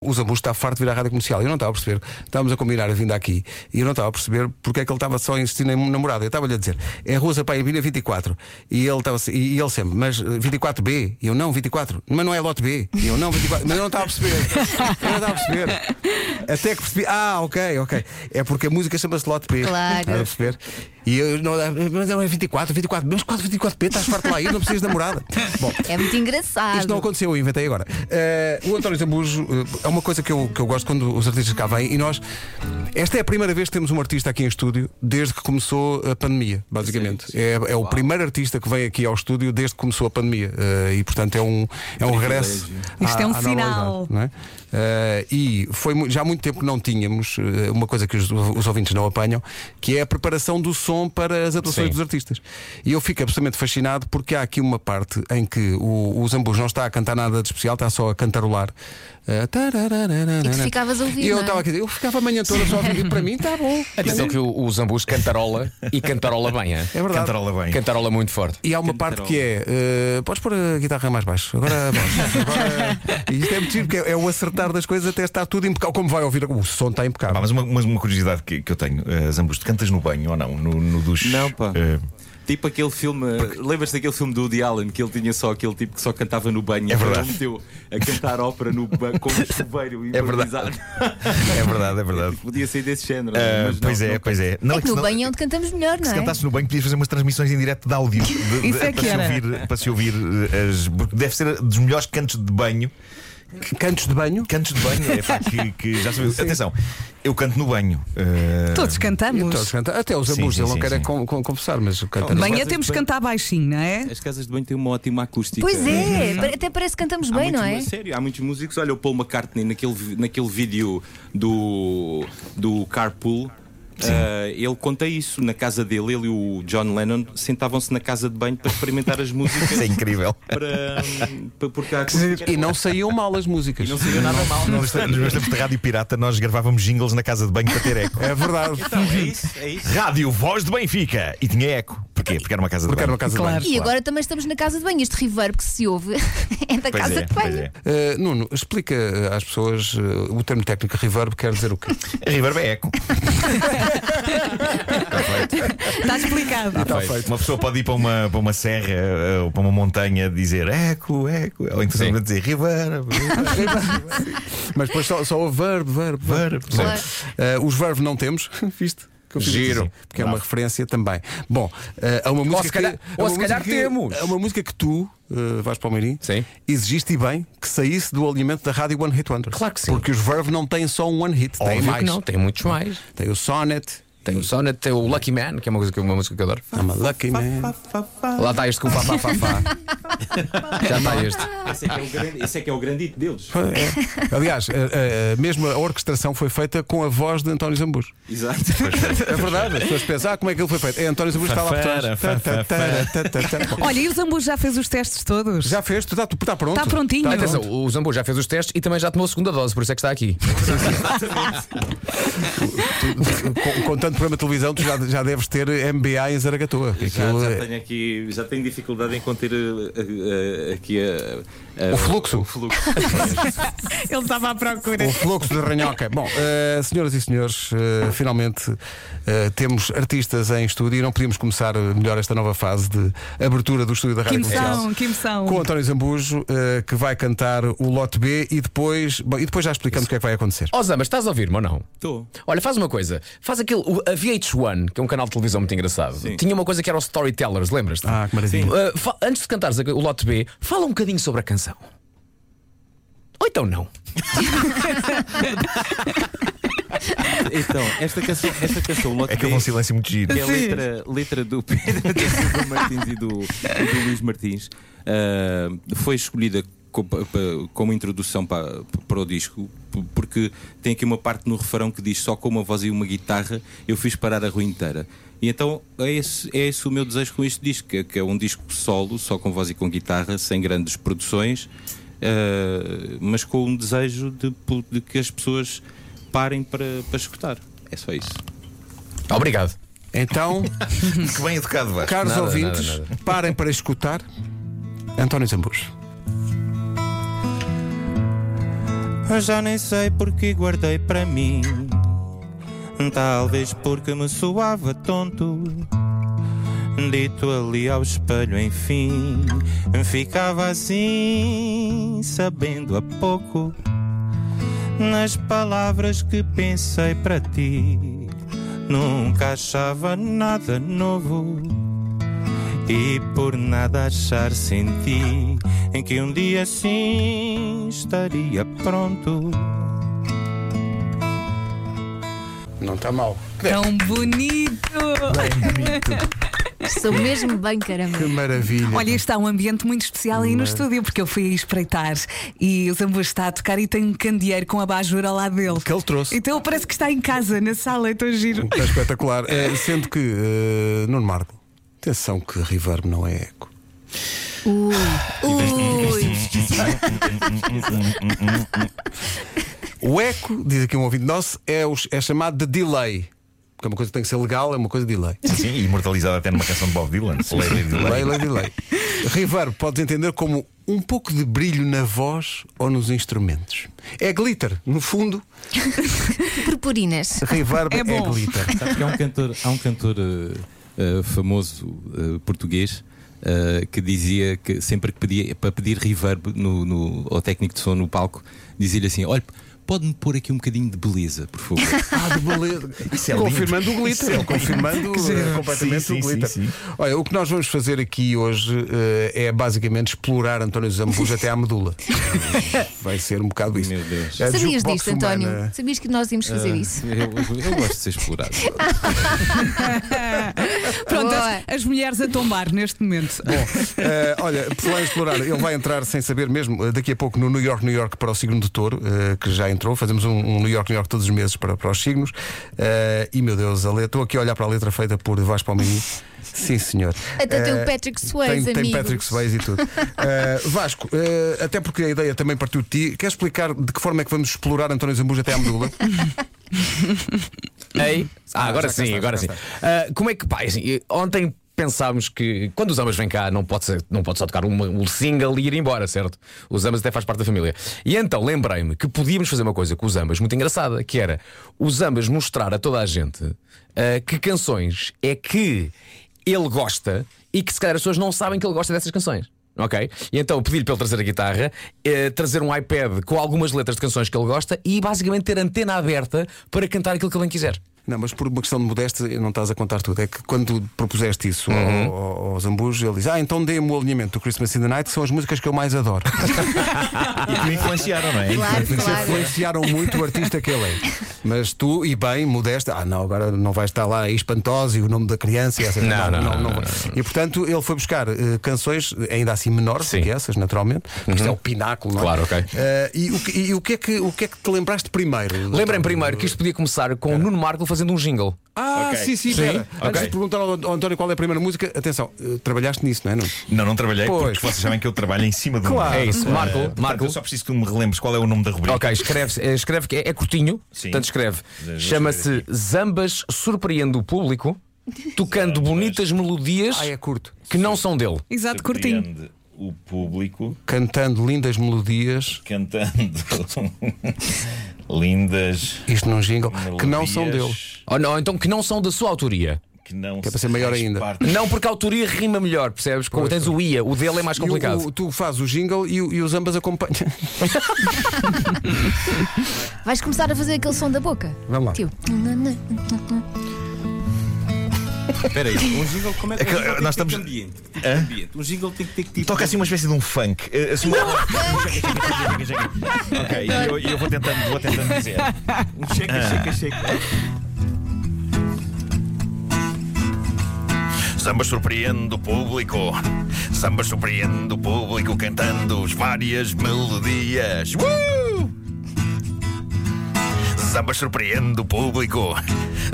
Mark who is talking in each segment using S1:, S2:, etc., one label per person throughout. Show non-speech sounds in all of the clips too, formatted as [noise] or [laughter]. S1: o Zambujo está farto de vir à rádio comercial. E eu não estava a perceber. Estávamos a combinar a vinda aqui e eu não estava a perceber porque é que ele estava só a insistir na namorada. Eu estava-lhe a dizer, é Rua Sampaio Bina 24. E ele, estava, e e ele sempre, mas eh, 24B? E eu não, 24. Mas não é lote B? E eu não, 24. Mas eu não estava a perceber. Eu não estava a perceber. Até que percebi, ah, ok, ok. É porque a música chama-se lote B.
S2: Claro.
S1: Estás a perceber? E eu, não, mas não é 24, 24, mas 4, 24B, estás farto lá, eu não preciso de namorada. Bom,
S2: É muito engraçado.
S1: isto não aconteceu, eu inventei agora. Eh, o António Zambujo eh, é uma coisa que eu, que eu gosto quando os artistas cá vêm e nós. Esta é a primeira vez que temos um artista aqui em estúdio desde que começou a pandemia, basicamente. É, é o primeiro artista que vem aqui ao estúdio desde que começou a pandemia. eh, e portanto é um, é um regresso. Ah,
S3: Isto é um
S1: normalidade,
S3: sinal.
S1: não é? Eh, e foi mu- já há muito tempo que não tínhamos eh, uma coisa que os, os ouvintes não apanham, que é a preparação do som para as atuações
S4: Sim.
S1: dos artistas. E eu fico absolutamente fascinado porque há aqui uma parte em que o, o Zambujo não está a cantar nada de especial, está só a cantarolar. Eh, tarararararara.
S2: E tu ficavas a ouvir,
S1: E eu
S2: não é?
S1: estava aqui, eu ficava a manhã toda só a ouvir, e para mim está bom.
S4: Atenção que o, o Zambus cantarola e cantarola bem, é?
S1: É verdade.
S5: Cantarola bem.
S4: Cantarola muito forte.
S1: E há uma parte que é eh, Podes pôr a guitarra mais baixo Agora a voz agora... E isto é muito giro porque é, é o acertar das coisas Até estar tudo impecável Como vai ouvir O som está
S5: Pá,
S1: impecável
S5: Ah, mas uma, mas uma curiosidade que, que eu tenho, uh, Zambusto, cantas no banho ou não? No, no duche?
S6: Não, pá.
S5: Eh,
S6: Tipo aquele filme, lembras-te daquele filme do Woody Allen que ele tinha só aquele tipo que só cantava no banho
S5: É verdade.
S6: Ele meteu a cantar ópera no banho com um
S5: [laughs]
S6: chuveiro improvisado.
S5: é verdade, é verdade.
S6: [laughs] Podia ser desse género.
S5: Eh,
S6: mas não,
S5: pois é,
S6: não.
S5: pois é.
S2: É
S5: Não,
S2: que no
S5: senão-
S2: banho é onde cantamos melhor, não
S5: Se
S2: é?
S5: cantasses no banho, podias fazer umas transmissões em direto de
S2: [laughs]
S5: áudio de- de-
S3: Isso é que
S5: para, se
S3: era.
S5: ouvir, para se ouvir eh, as- porque Deve ser dos melhores cantos de banho.
S1: Cantos de banho
S5: Cantos de banho, é pá,
S2: [laughs]
S5: que, que já sabemos. Atenção, eu canto no banho. eh,
S3: Todos cantamos.
S1: Todos cantam. Até Então, os
S5: Sim,
S1: ambos,
S5: sim,
S1: ele não
S5: sim,
S1: quer é
S5: sim.
S1: com- com- confessar, mas canta.
S3: De
S6: Mas
S3: Manhã
S6: vocês
S3: temos que
S6: bem-
S3: cantar baixinho, não é?
S6: As casas de banho têm uma ótima acústica.
S2: Pois é, pa- até parece que cantamos
S6: Há
S2: bem,
S6: muitos
S2: não é?
S6: mu- Sério, há muitos músicos. Olha, o Paul McCartney naquele, vi- naquele vídeo do, do Carpool. ah, ele conta isso na casa dele. Ele e o John Lennon sentavam-se na casa de banho para experimentar as músicas.
S5: [laughs] Isso
S2: [laughs]
S5: é incrível.
S6: Para, hum, para- porque há acústica era
S1: E não saíam mal as músicas.
S6: E não é? saiu nada mal.
S5: Nos meus tempos- nos meus tempos de rádio pirata, nós gravávamos jingles na casa de banho para ter
S2: [laughs]
S5: eco.
S1: É verdade.
S6: Então, é isso, é isso.
S5: Rádio Voz de Benfica! E tinha eco. Porquê? Porque era uma casa de
S1: Porque era
S5: banho.
S1: uma casa
S3: Claro.
S1: de banho.
S2: E agora também estamos na casa de banho. Este reverb que se ouve [laughs] é da
S5: Pois
S2: casa
S5: é,
S2: de
S5: pois
S2: banho.
S5: é.
S1: Eh, Nuno, explica eh, às pessoas eh, o termo técnico reverb quer dizer o quê?
S5: Reverb é eco.
S3: Está explicado.
S5: Tá feito. Uma pessoa pode ir para uma, para uma serra eh, ou para uma montanha dizer eco, eco. Ou então simplesmente dizer reverb, reverb,
S1: Mas depois só, só o verbo, verbo, verbo.
S5: reverb.
S2: Claro.
S1: Eh, os verbos não temos, [laughs] viste? Que eu fiz
S4: Giro.
S1: assim, Porque é uma referência também. Bom, eh, há uma música.
S4: se calhar-
S1: que,
S4: ou
S1: há uma
S4: se calhar
S1: música que-
S4: temos.
S1: há uma música que tu, eh, Vasco Palmeirim,
S4: Sim.
S1: exigiste e bem que saísse do alinhamento da rádio One Hit Wonders.
S4: Claro que sim.
S1: Porque os verbos não têm só um One Hit, têm
S4: Óbvio que
S1: mais.
S4: não, tem muitos mais.
S1: Tem o Sonnet,
S4: Tem o Sonnet, tem o Lucky Man, que é uma, coisa que, uma música que eu adoro.
S1: I'm a lucky man.
S4: Lá está este com o pá, pá, pá, [laughs] pá. Já está este.
S6: Esse é que é o grande, esse é que é o grande hit deles.
S1: É. Aliás, a, a- a- mesmo a orquestração foi feita com a voz de António Zambujo.
S6: [laughs] Exato.
S1: É verdade, as pessoas pensam, ah, como é que ele foi feito? É António Zambujo está lá por trás. Tá, tá, tá, tá, tá, tá. Bom,
S3: Olha, e o Zambu já fez os testes todos?
S1: Já fez, está tá pronto.
S3: Está prontinho.
S1: Tá
S4: Atenção,
S1: pronto.
S4: o Zambu já fez os testes e também já tomou a segunda dose, por isso é que está aqui.
S1: com, com tanto programa de televisão, tu já, já deves ter MBA em Zaragatoa. que
S6: Já,
S1: aquilo
S6: já
S1: é-
S6: tenho aqui, já tenho dificuldade em conter eh, eh, aqui a, a-
S1: O fluxo.
S6: O fluxo.
S3: Ele estava à procura.
S1: O fluxo da ranhoca. Bom, eh, senhoras e senhores, eh, finalmente eh, temos artistas em estúdio e não podíamos começar eh, melhor esta nova fase de abertura do estúdio da
S3: Que
S1: Rádio Comercial.
S3: emoção, que emoção.
S1: Com António Zambujo, eh, que vai cantar o lote B e depois, bom, e depois já explicamos o que é que vai acontecer.
S4: Ó Zambas, estás a ouvir-me ou não?
S6: Estou.
S4: Olha, faz uma coisa. Faz aquele. o- A VH1, que é um canal de televisão muito engraçado, tinha uma coisa que era o Storytellers, lembras-te?
S1: Ah, que maravilha.
S4: Uh, fa- antes de cantares a- o lote B, fala um bocadinho sobre a canção. Ou então não.
S6: Então, esta canção, esta canção Lote
S5: É que
S6: B,
S5: houve um silêncio muito giro.
S6: que é a letra, letra do [laughs] Pedro da Silva Martins e do, e do Luís Martins, ah, foi escolhida co- pa- pa- como introdução para, para o disco, p- porque tem aqui uma parte no refrão que diz só com uma voz e uma guitarra eu fiz parar a rua inteira. E então é esse, é esse o meu desejo com este disco, que, que é um disco solo, só com voz e com guitarra, sem grandes produções, ah, mas com um desejo de, pu- de que as pessoas parem para, para escutar. É só isso.
S4: Obrigado.
S1: Então,
S5: Que bem educado, Vasco.
S1: caros
S4: Nada,
S1: ouvintes,
S4: nada,
S1: parem para escutar António Zambujo.
S7: Eu já nem sei porque guardei para mim. Talvez porque me soava tonto. Dito ali ao espelho, enfim, ficava assim, sabendo a pouco. Nas palavras que pensei para ti, nunca achava nada novo. E por nada achar senti em que um dia sim estaria pronto.
S1: Não está mal.
S3: Tão bonito!
S1: é.
S2: Sou mesmo bem, caramba.
S1: Que [laughs] maravilha.
S3: Olha, está um ambiente muito especial aí no estúdio, porque eu fui aí espreitar e o Zambu está a tocar e tem um candeeiro com a abajur ao lado dele.
S1: Que ele trouxe.
S3: Então parece que está em casa, na sala, então
S1: [laughs]
S3: giro.
S1: Está
S3: [laughs]
S1: espetacular.
S3: É.
S1: Eh, sendo que, eh, Nuno Marco, atenção que Reverb não é eco.
S2: Ui. Ui.
S1: O eco, diz aqui um ouvinte nosso, é, os- é chamado de delay. Porque é uma coisa que tem que ser legal, é uma coisa de delay.
S5: Sim, e imortalizado até numa canção de Bob Dylan. Lady Delay.
S1: Delay,
S3: [laughs]
S1: delay. Reverb podes entender como um pouco de brilho na voz ou nos instrumentos. É glitter, no fundo,
S2: Purpurinas.
S1: reverb é,
S3: É bom.
S1: glitter.
S7: Sabes que há um cantor, há um cantor eh, eh, famoso eh, português eh, que dizia que sempre que pedia para pedir reverb no, no- ao técnico de som no palco, dizia-lhe assim: olha, pode-me pôr aqui um bocadinho de beleza, por favor.
S1: Ah, de beleza.
S5: é lindo.
S1: confirmando o glitter. confirmando eh, completamente
S5: Sim,
S1: o
S5: sim,
S1: glitter.
S5: sim, sim.
S1: Olha, o que nós vamos fazer aqui hoje eh, é basicamente explorar António Zambuja até à medula. Vai ser um bocado isso.
S7: Meu Deus.
S1: É a
S2: Sabias
S1: jukebox
S2: disto, António?
S1: humana. É.
S2: Sabias que nós íamos fazer isso?
S7: Eh, eu, eu gosto de ser explorado.
S3: Pronto,
S2: Boa.
S3: as, as mulheres a tombar neste momento.
S1: Bom, eh, olha, por falar em explorar, ele vai entrar sem saber mesmo eh, daqui a pouco no New York, New York para o signo de touro, eh, que já entrou. Fazemos um, um New York, New York todos os meses para, para os signos. Eh, e meu Deus, a letra- estou aqui a olhar para a letra feita por Vasco
S2: [laughs]
S1: Palmini. Sim, senhor.
S2: Até tem
S1: Eh,
S2: o Patrick Swayze,
S1: tem, tem
S2: amigo.
S1: Patrick Swayze e tudo. Eh, Vasco, eh, até porque a ideia também partiu de ti, queres explicar de que forma é que vamos explorar António Zambuja até à medula?
S4: Ei? Ah,
S1: Ah,
S4: agora
S1: já cá
S4: sim,
S1: está,
S4: agora
S1: já
S4: sim.
S1: cá
S4: Ah, como é que, pá, assim, eh, ontem pensámos que quando os Amas vêm cá não pode, ser- não pode só tocar uma- um single e ir embora, certo? Os Amas até faz parte da família. E então lembrei-me que podíamos fazer uma coisa com os Amas muito engraçada, que era os Amas mostrar a toda a gente ah, que canções é que ele gosta e que se calhar as pessoas não sabem que ele gosta dessas canções. Ok? E então pedir-lhe para ele trazer a guitarra, eh, trazer um iPad com algumas letras de canções que ele gosta e basicamente ter antena aberta para cantar aquilo que ele bem quiser.
S1: Não, mas por uma questão de modéstia, não estás a contar tudo. É que quando propuseste isso ao, ao, ao Zambujo, ele diz: Ah, então dê-me o alinhamento do Christmas in the Night, que são as músicas que eu mais adoro.
S5: E que me influenciaram, não é?
S2: Claro, claro.
S1: Influenciaram muito o artista que ele é. Mas tu, e bem, modesta, ah, não, agora não vais estar lá espantosa e o nome da criança e essas
S4: Não,
S1: coisas."
S4: não, não, não,
S1: E portanto, ele foi buscar eh, canções, ainda assim menores
S4: Sim. Uhum.
S1: do que essas, naturalmente, porque isto é o pináculo, não é?
S4: Claro, ok.
S1: Eh, e, o que, e o que é que, o que é que te lembraste primeiro?
S4: Lembrem primeiro que isto podia começar com o Nuno Marco fazendo um jingle.
S1: Ah,
S5: Ok.
S1: sim, sim,
S4: Sim,
S1: pera.
S5: ok.
S1: Antes de perguntar ao, ao António qual é a primeira música, atenção, eh, trabalhaste nisso, não é? Nuno?
S5: Não, não trabalhei,
S1: Pois.
S5: porque vocês sabem que eu trabalho em cima do
S1: Claro.
S5: mundo.
S4: É isso. Marco,
S5: Portanto,
S4: Marco.
S5: Eu só preciso que tu me relembres qual é o nome da rubrica.
S4: Ok, escreve, eh, escreve que é, é curtinho,
S5: Sim.
S4: portanto escreve.
S5: Vou
S4: Chama-se Zambas Surpreende o Público, tocando bonitas melodias
S1: Ah, é curto.
S4: que não são dele.
S3: Exato, curtinho.
S5: Surpreende O público
S1: Cantando lindas melodias,
S5: cantando [laughs] lindas
S1: isto num jingle, que não
S5: melodias
S1: são dele.
S4: Ou não, então que não são da sua autoria.
S5: Que, não
S1: é para ser maior
S5: faz
S1: ainda.
S5: parte-
S4: Não porque a autoria rima melhor, percebes? Como tens o IA, o dele é mais
S1: E
S4: complicado.
S1: o- o- tu fazes o jingle e, o- e os ambas acompanham.
S2: Vais começar a fazer aquele som da boca?
S1: Vamos lá.
S2: Tio.
S7: Espera aí, um jingle como é que
S5: É que,
S7: um jingle
S5: eh,
S7: tem
S5: nós
S7: que ter
S5: estamos-
S7: ambiente? Tem que ter ambiente. Um jingle tem que ter que tipo.
S5: Toca assim uma espécie de um funk. Eh, Assim [laughs] uma... ok, e eu, e eu vou tentando, vou tentando dizer. Ah.
S7: Um checa, checa, checa.
S5: Samba surpreende o público. Samba surpreende o público cantando as várias melodias. Uh! Samba surpreende o público.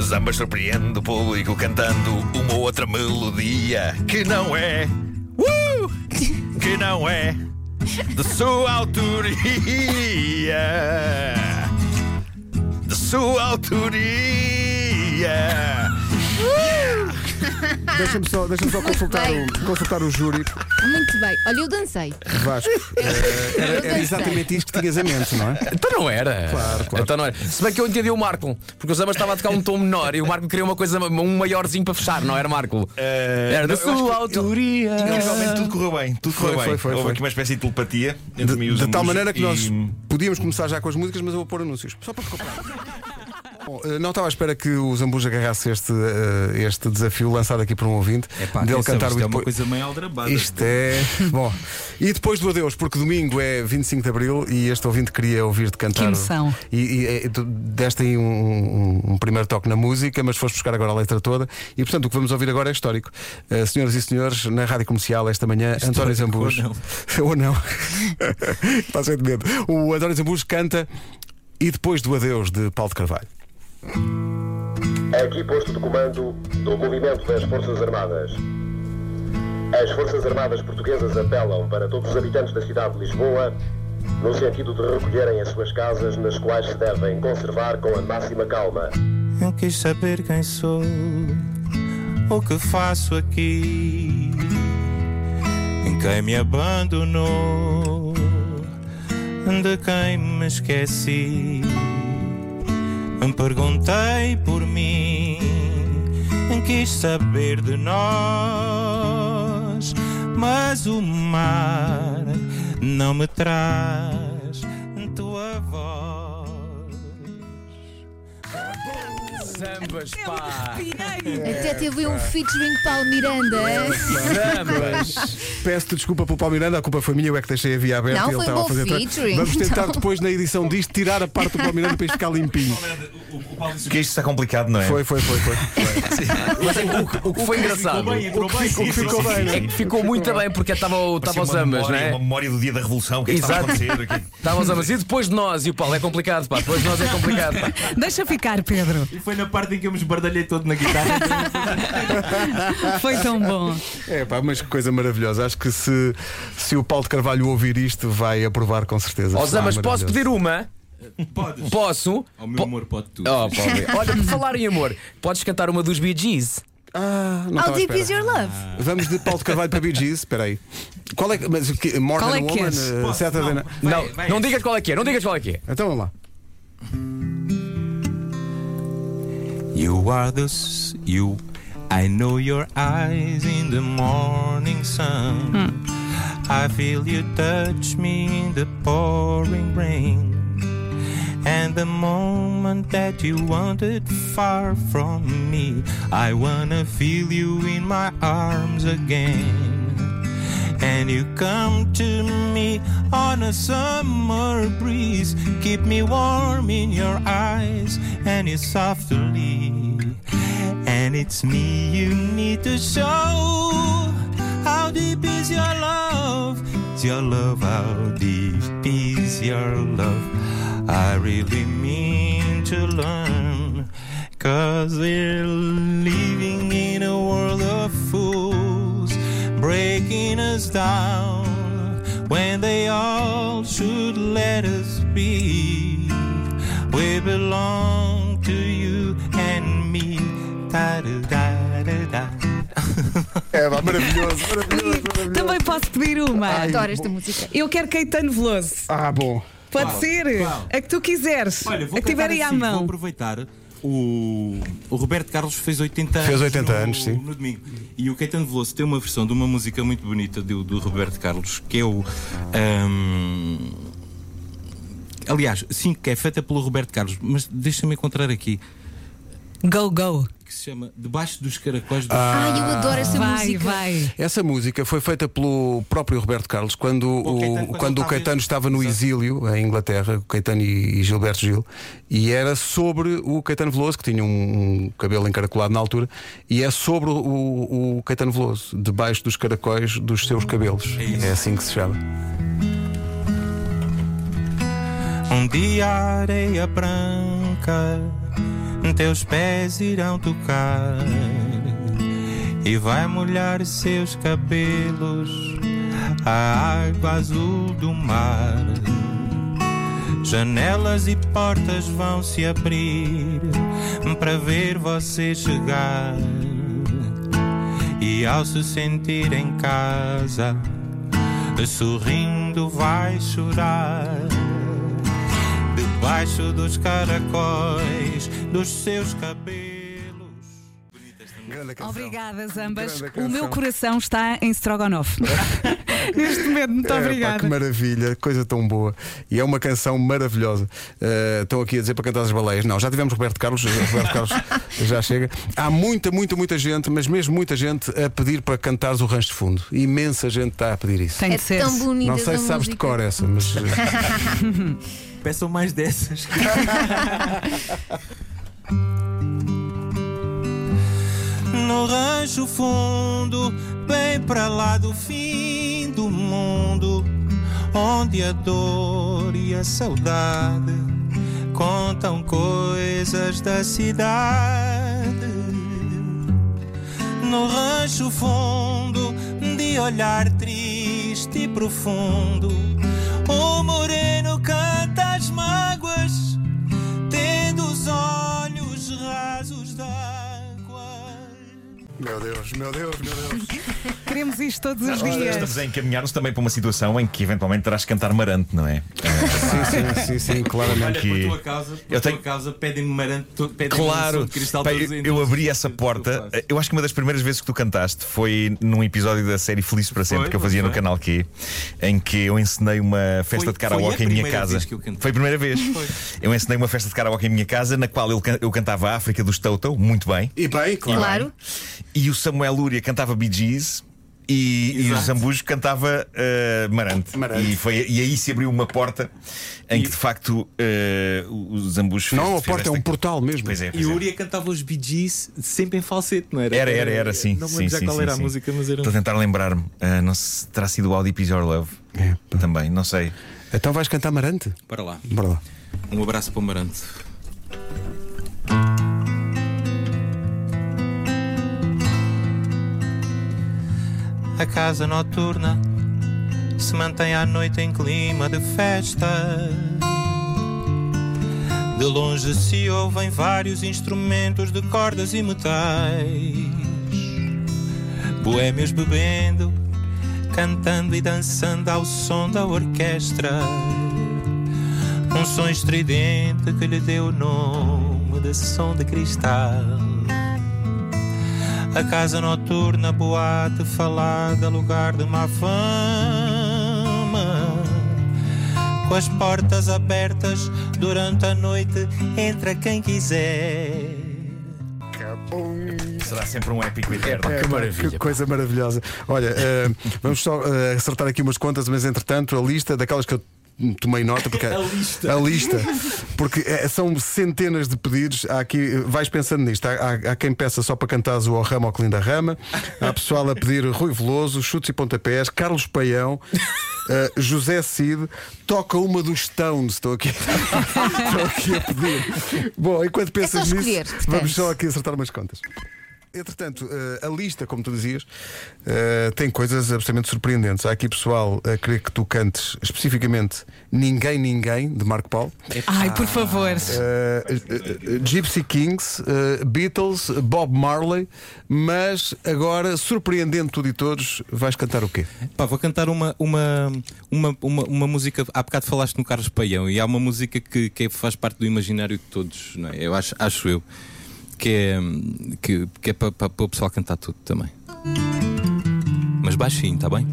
S5: Samba surpreende o público cantando uma outra melodia que não é. Uh! Que não é de sua autoria. De sua autoria.
S1: Deixa-me só, deixa só consultar,
S2: bem.
S1: o, consultar o júri
S2: Muito bem. Olha, eu dancei.
S1: Vasco. Eh,
S2: [laughs] Eu
S1: Era, era
S2: dancei.
S1: exatamente isto que tinhas a mente, não é?
S4: Então não era.
S1: Claro, claro.
S4: Então não era. Se bem que eu entendi o Marco, porque o Zama estava a tocar um tom menor e o Marco queria uma coisa, um maiorzinho para fechar, não era Marco? era da
S5: não, eu acho que
S4: sua
S5: ele-
S4: autoria.
S5: E realmente tudo correu um bem. Tudo correu
S1: Foi,
S5: bem.
S1: foi, foi,
S5: Houve
S1: foi.
S5: aqui uma espécie de telepatia entre mim e
S1: De,
S5: os
S1: de tal
S5: músicos
S1: maneira que nós
S5: e-
S1: podíamos começar já com as músicas, mas eu vou pôr anúncios. Só para comprar.
S7: [laughs]
S1: Bom, eh, não estava à espera que o Zambuja agarrasse este, eh, este desafio lançado aqui por um ouvinte dele cantar
S7: isto
S1: o
S7: é uma
S1: depois-
S7: coisa meio aldrabada.
S1: Isto é. Bom. E depois do adeus, porque domingo é 25 de Abril e este ouvinte queria ouvir-te cantar.
S3: Que emoção.
S1: E, e, eh, tu deste aí um, um- um primeiro toque na música, mas foste buscar agora a letra toda. E portanto o que vamos ouvir agora é histórico. Eh, senhoras e senhores, na rádio comercial esta manhã, António Zambus. [laughs] Ou não. Está cheio de medo. O António Zambus canta E depois do adeus de Paulo de Carvalho.
S8: Aqui posto de comando do movimento das Forças Armadas. As Forças Armadas Portuguesas apelam para todos os habitantes da cidade de Lisboa no sentido de recolherem as suas casas, nas quais se devem conservar com a máxima calma.
S6: Não quis saber quem sou ou que faço aqui. Em quem me abandonou, de quem me esqueci. Me perguntei por mim, quis saber de nós, mas o mar não me traz tua voz.
S4: Zambas, pá!
S3: Arrepiei.
S2: Até teve um featuring Paulo Miranda. hein?
S4: Zambas!
S1: Peço-te desculpa pelo Paulo Miranda, a culpa foi minha, eu é que deixei a via aberta e
S2: Não,
S1: ele
S2: foi um
S1: estava a
S2: bom
S1: fazer tra-
S2: featuring,
S1: Vamos tentar
S2: então.
S1: depois na edição disto tirar a parte do Paulo Miranda para isto ficar limpinho.
S5: O, o Paulo disse que isto está complicado, não é?
S1: Foi, foi, foi, foi.
S4: Mas o que- o que foi engraçado
S5: entrou bem.
S1: ficou- ficou bem, não é?
S4: é que ficou muito bem porque estava o- estava o Zambas, não
S5: memória,
S4: é?
S5: uma memória do dia da Revolução, o que é que estava a
S4: Exato.
S5: acontecer? O que é que-
S4: Estava o [laughs] Zambas. E depois de nós, e o Paulo, é complicado, pá. Depois de nós é complicado, pá.
S3: Deixa ficar, Pedro.
S6: E foi na parte em que eu me esbardalhei todo na guitarra.
S3: Foi tão bom.
S1: É pá, mas que coisa maravilhosa. Acho que se, se o Paulo de Carvalho ouvir isto, vai aprovar com certeza.
S4: Ó
S1: Será
S4: Zambas, posso
S1: maravilhoso.
S4: pedir uma?
S7: Podes.
S4: Posso?
S7: Ao meu amor, pode tudo.
S4: Oh, [laughs] pobre. Olha, por falar em amor, podes cantar uma dos Bee Gees?
S1: Ah, não
S2: How
S1: estava à
S2: deep is
S1: espera.
S2: your love?
S1: Vamos de Paulo de Carvalho para Bee Gees. Espera aí. Qual é que. Mas, o que, More
S3: Qual
S1: Than
S3: é
S1: a
S3: que
S1: Woman,
S3: és?
S1: eh,
S7: Posso?
S1: Saturday Night-
S7: Vai,
S4: não,
S7: vai.
S4: não digas qual é que é, não digas qual é que é.
S1: Então vamos lá.
S6: You are the s- you. I know your eyes in the morning sun. I feel you touch me in the pouring rain. And the moment that you wanted far from me, I wanna feel you in my arms again. And you come to me on a summer breeze. Keep me warm in your eyes and you softly. And it's me you need to show. How deep is your love? It's your love. How deep is your love? I really mean to learn. Cause we're living in a world of fools breaking us down when they all should let us be. We belong to you and me. Da da da da da.
S1: É pá, maravilhoso, maravilhoso,
S3: Também
S1: maravilhoso.
S3: posso pedir uma.
S2: Adoro esta música.
S3: Eu quero Caetano Veloso.
S1: Ah, bom.
S3: Pode ser? A que tu quiseres.
S6: Olha, vou
S3: a É que tiver
S6: cantar
S3: aí à
S6: assim, Vou
S3: mão.
S6: aproveitar. O, o Roberto Carlos fez 80 anos.
S1: Fez 80
S6: no,
S1: anos, sim.
S6: No domingo. E o Caetano Veloso tem uma versão de uma música muito bonita do, do Roberto Carlos, que é o. ahm, aliás, sim, que é feita pelo Roberto Carlos, mas deixa-me encontrar aqui.
S3: Go, go.
S6: Que se chama Debaixo dos Caracóis do
S1: Ah.
S2: Ai, eu adoro esta
S3: Vai,
S2: música.
S3: vai.
S1: Essa música foi feita pelo próprio Roberto Carlos quando o,
S6: Caetano,
S1: quando
S6: quando
S1: o
S6: ele
S1: Caetano estava
S6: estava
S1: no
S6: em-
S1: exílio em Inglaterra, o Caetano e, e Gilberto Gil, e era sobre o Caetano Veloso, que tinha um, um cabelo encaracolado na altura, e é sobre o, o Caetano Veloso, debaixo dos caracóis dos seus cabelos. É, assim que se chama.
S6: Um dia a areia branca teus pés irão tocar e vai molhar seus cabelos a água azul do mar. Janelas e portas vão se abrir para ver você chegar. E ao se sentir em casa, sorrindo vai chorar. Debaixo dos caracóis dos seus cabelos.
S1: Grande canção.
S3: Obrigada, ambas.
S1: Grande
S3: O meu
S1: canção.
S3: coração está em Strogonoff. Neste momento, muito
S1: Epá, É, que
S3: obrigada.
S1: maravilha, coisa tão boa. E é uma canção maravilhosa. Eh, Estão aqui a dizer para cantar as baleias. Não, já tivemos Roberto Carlos, eh, Roberto
S3: [laughs]
S1: Carlos já chega. Há muita, muita, muita gente, mas mesmo muita gente a pedir para cantares o rancho de fundo. Imensa gente está a pedir isso.
S3: Tem
S2: É
S3: de ser.
S2: tão bonita.
S1: Não sei
S2: essa
S1: se sabes de
S2: música.
S1: cor essa, mas. eh,
S6: Peçam mais dessas. [laughs] no rancho fundo, bem pra lá do fim do mundo, onde a dor e a saudade contam coisas da cidade no rancho fundo de olhar triste e profundo. O moreno canta as mágoas, tendo os olhos rasos d'água.
S1: Meu Deus, meu Deus, meu Deus.
S3: Queremos isto todos os
S5: Nós
S3: dias.
S5: estamos a encaminhar-nos também para uma situação em que eventualmente terás que cantar Marante, não é?
S1: Sim, sim, sim, sim, claramente.
S5: Olha, por
S7: Por
S5: tua um
S7: tua causa,
S5: Eu tenho- tua
S7: causa, pedem-me
S5: Claro, Pá, eu, eu abri essa porta. Eu acho que uma das primeiras vezes que tu cantaste foi num episódio da série Feliz para Sempre
S7: Foi,
S5: que eu fazia
S7: foi.
S5: no canal Q, em que eu ensinei uma festa
S7: Foi-
S5: de karaoke
S7: foi a
S5: em minha
S7: primeira
S5: casa.
S7: vez que eu cantei.
S5: foi a primeira vez. Eu ensinei uma festa de karaoke em minha casa, na qual eu, can- eu cantava a África dos Toto, muito bem.
S1: E bem, claro.
S2: Claro.
S5: E o Samuel Lúria cantava Bee Gees. E, e o
S7: Exato.
S5: Zambujo cantava eh, Marante.
S1: Marante.
S5: E, foi, e aí se abriu uma porta em que de facto eh, o o Zambujo fez-
S1: Não é uma
S5: fez
S1: porta, é
S5: esta-
S1: um portal mesmo.
S5: Pois é, pois
S7: E
S5: é.
S7: o Uria cantava os Bee Gees sempre em falsete, não era?
S5: Era, era, era, sim.
S7: Não me
S5: sim,
S7: lembro já
S5: sim,
S7: qual
S5: sim,
S7: era
S5: sim. Então,
S7: a música, mas era.
S5: Estou a tentar lembrar-me. Ah, não se terá sido o Audi Is Your Love.
S1: É,
S5: Também, não sei.
S1: Então vais cantar Marante?
S7: Para lá.
S1: Bora lá.
S7: Um abraço para o Marante.
S6: A casa noturna se mantém à noite em clima de festa. De longe se ouvem vários instrumentos de cordas e metais. Boêmios bebendo, cantando e dançando ao som da orquestra. Um som estridente que lhe deu o nome de som de cristal. A casa noturna, boate, falada, lugar de má fama. Com as portas abertas durante a noite, entra quem quiser.
S5: Será sempre um épico eterno.
S1: É,
S4: Que
S1: pá,
S4: maravilha,
S1: que
S4: pá.
S1: coisa maravilhosa. Olha, eh, vamos só eh, acertar aqui umas contas, mas entretanto, a lista daquelas que eu tomei nota porque é a lista, porque eh, são centenas de pedidos há aqui eh, vais pensando nisto há, há- há quem peça só para cantares o Ao Rama ao Clin da Rama há pessoal a pedir Rui Veloso Chutes e Pontapés Carlos Paião eh, José Cid toca uma dos Stones estou aqui estou aqui a
S2: [laughs]
S1: pedir bom enquanto pensas
S2: É só
S1: nisso
S2: escolher, portanto.
S1: vamos só aqui acertar umas contas Entretanto, eh, a lista, como tu dizias, eh, tem coisas absolutamente surpreendentes. Há aqui pessoal a querer que tu cantes especificamente Ninguém Ninguém, de Marco Paulo,
S3: Ai, por favor.
S1: eh, eh, eh, Gypsy Kings, eh, Beatles, Bob Marley, mas agora, surpreendendo tudo e todos, vais cantar o quê?
S7: Pá, vou cantar uma, uma, uma, uma, uma música. Há bocado falaste no Carlos Paião e há uma música que, que faz parte do imaginário de todos, não é? Eu acho, acho eu. Que é, hum, que, que é para, o pessoal cantar tudo também. Mas baixinho, está bem?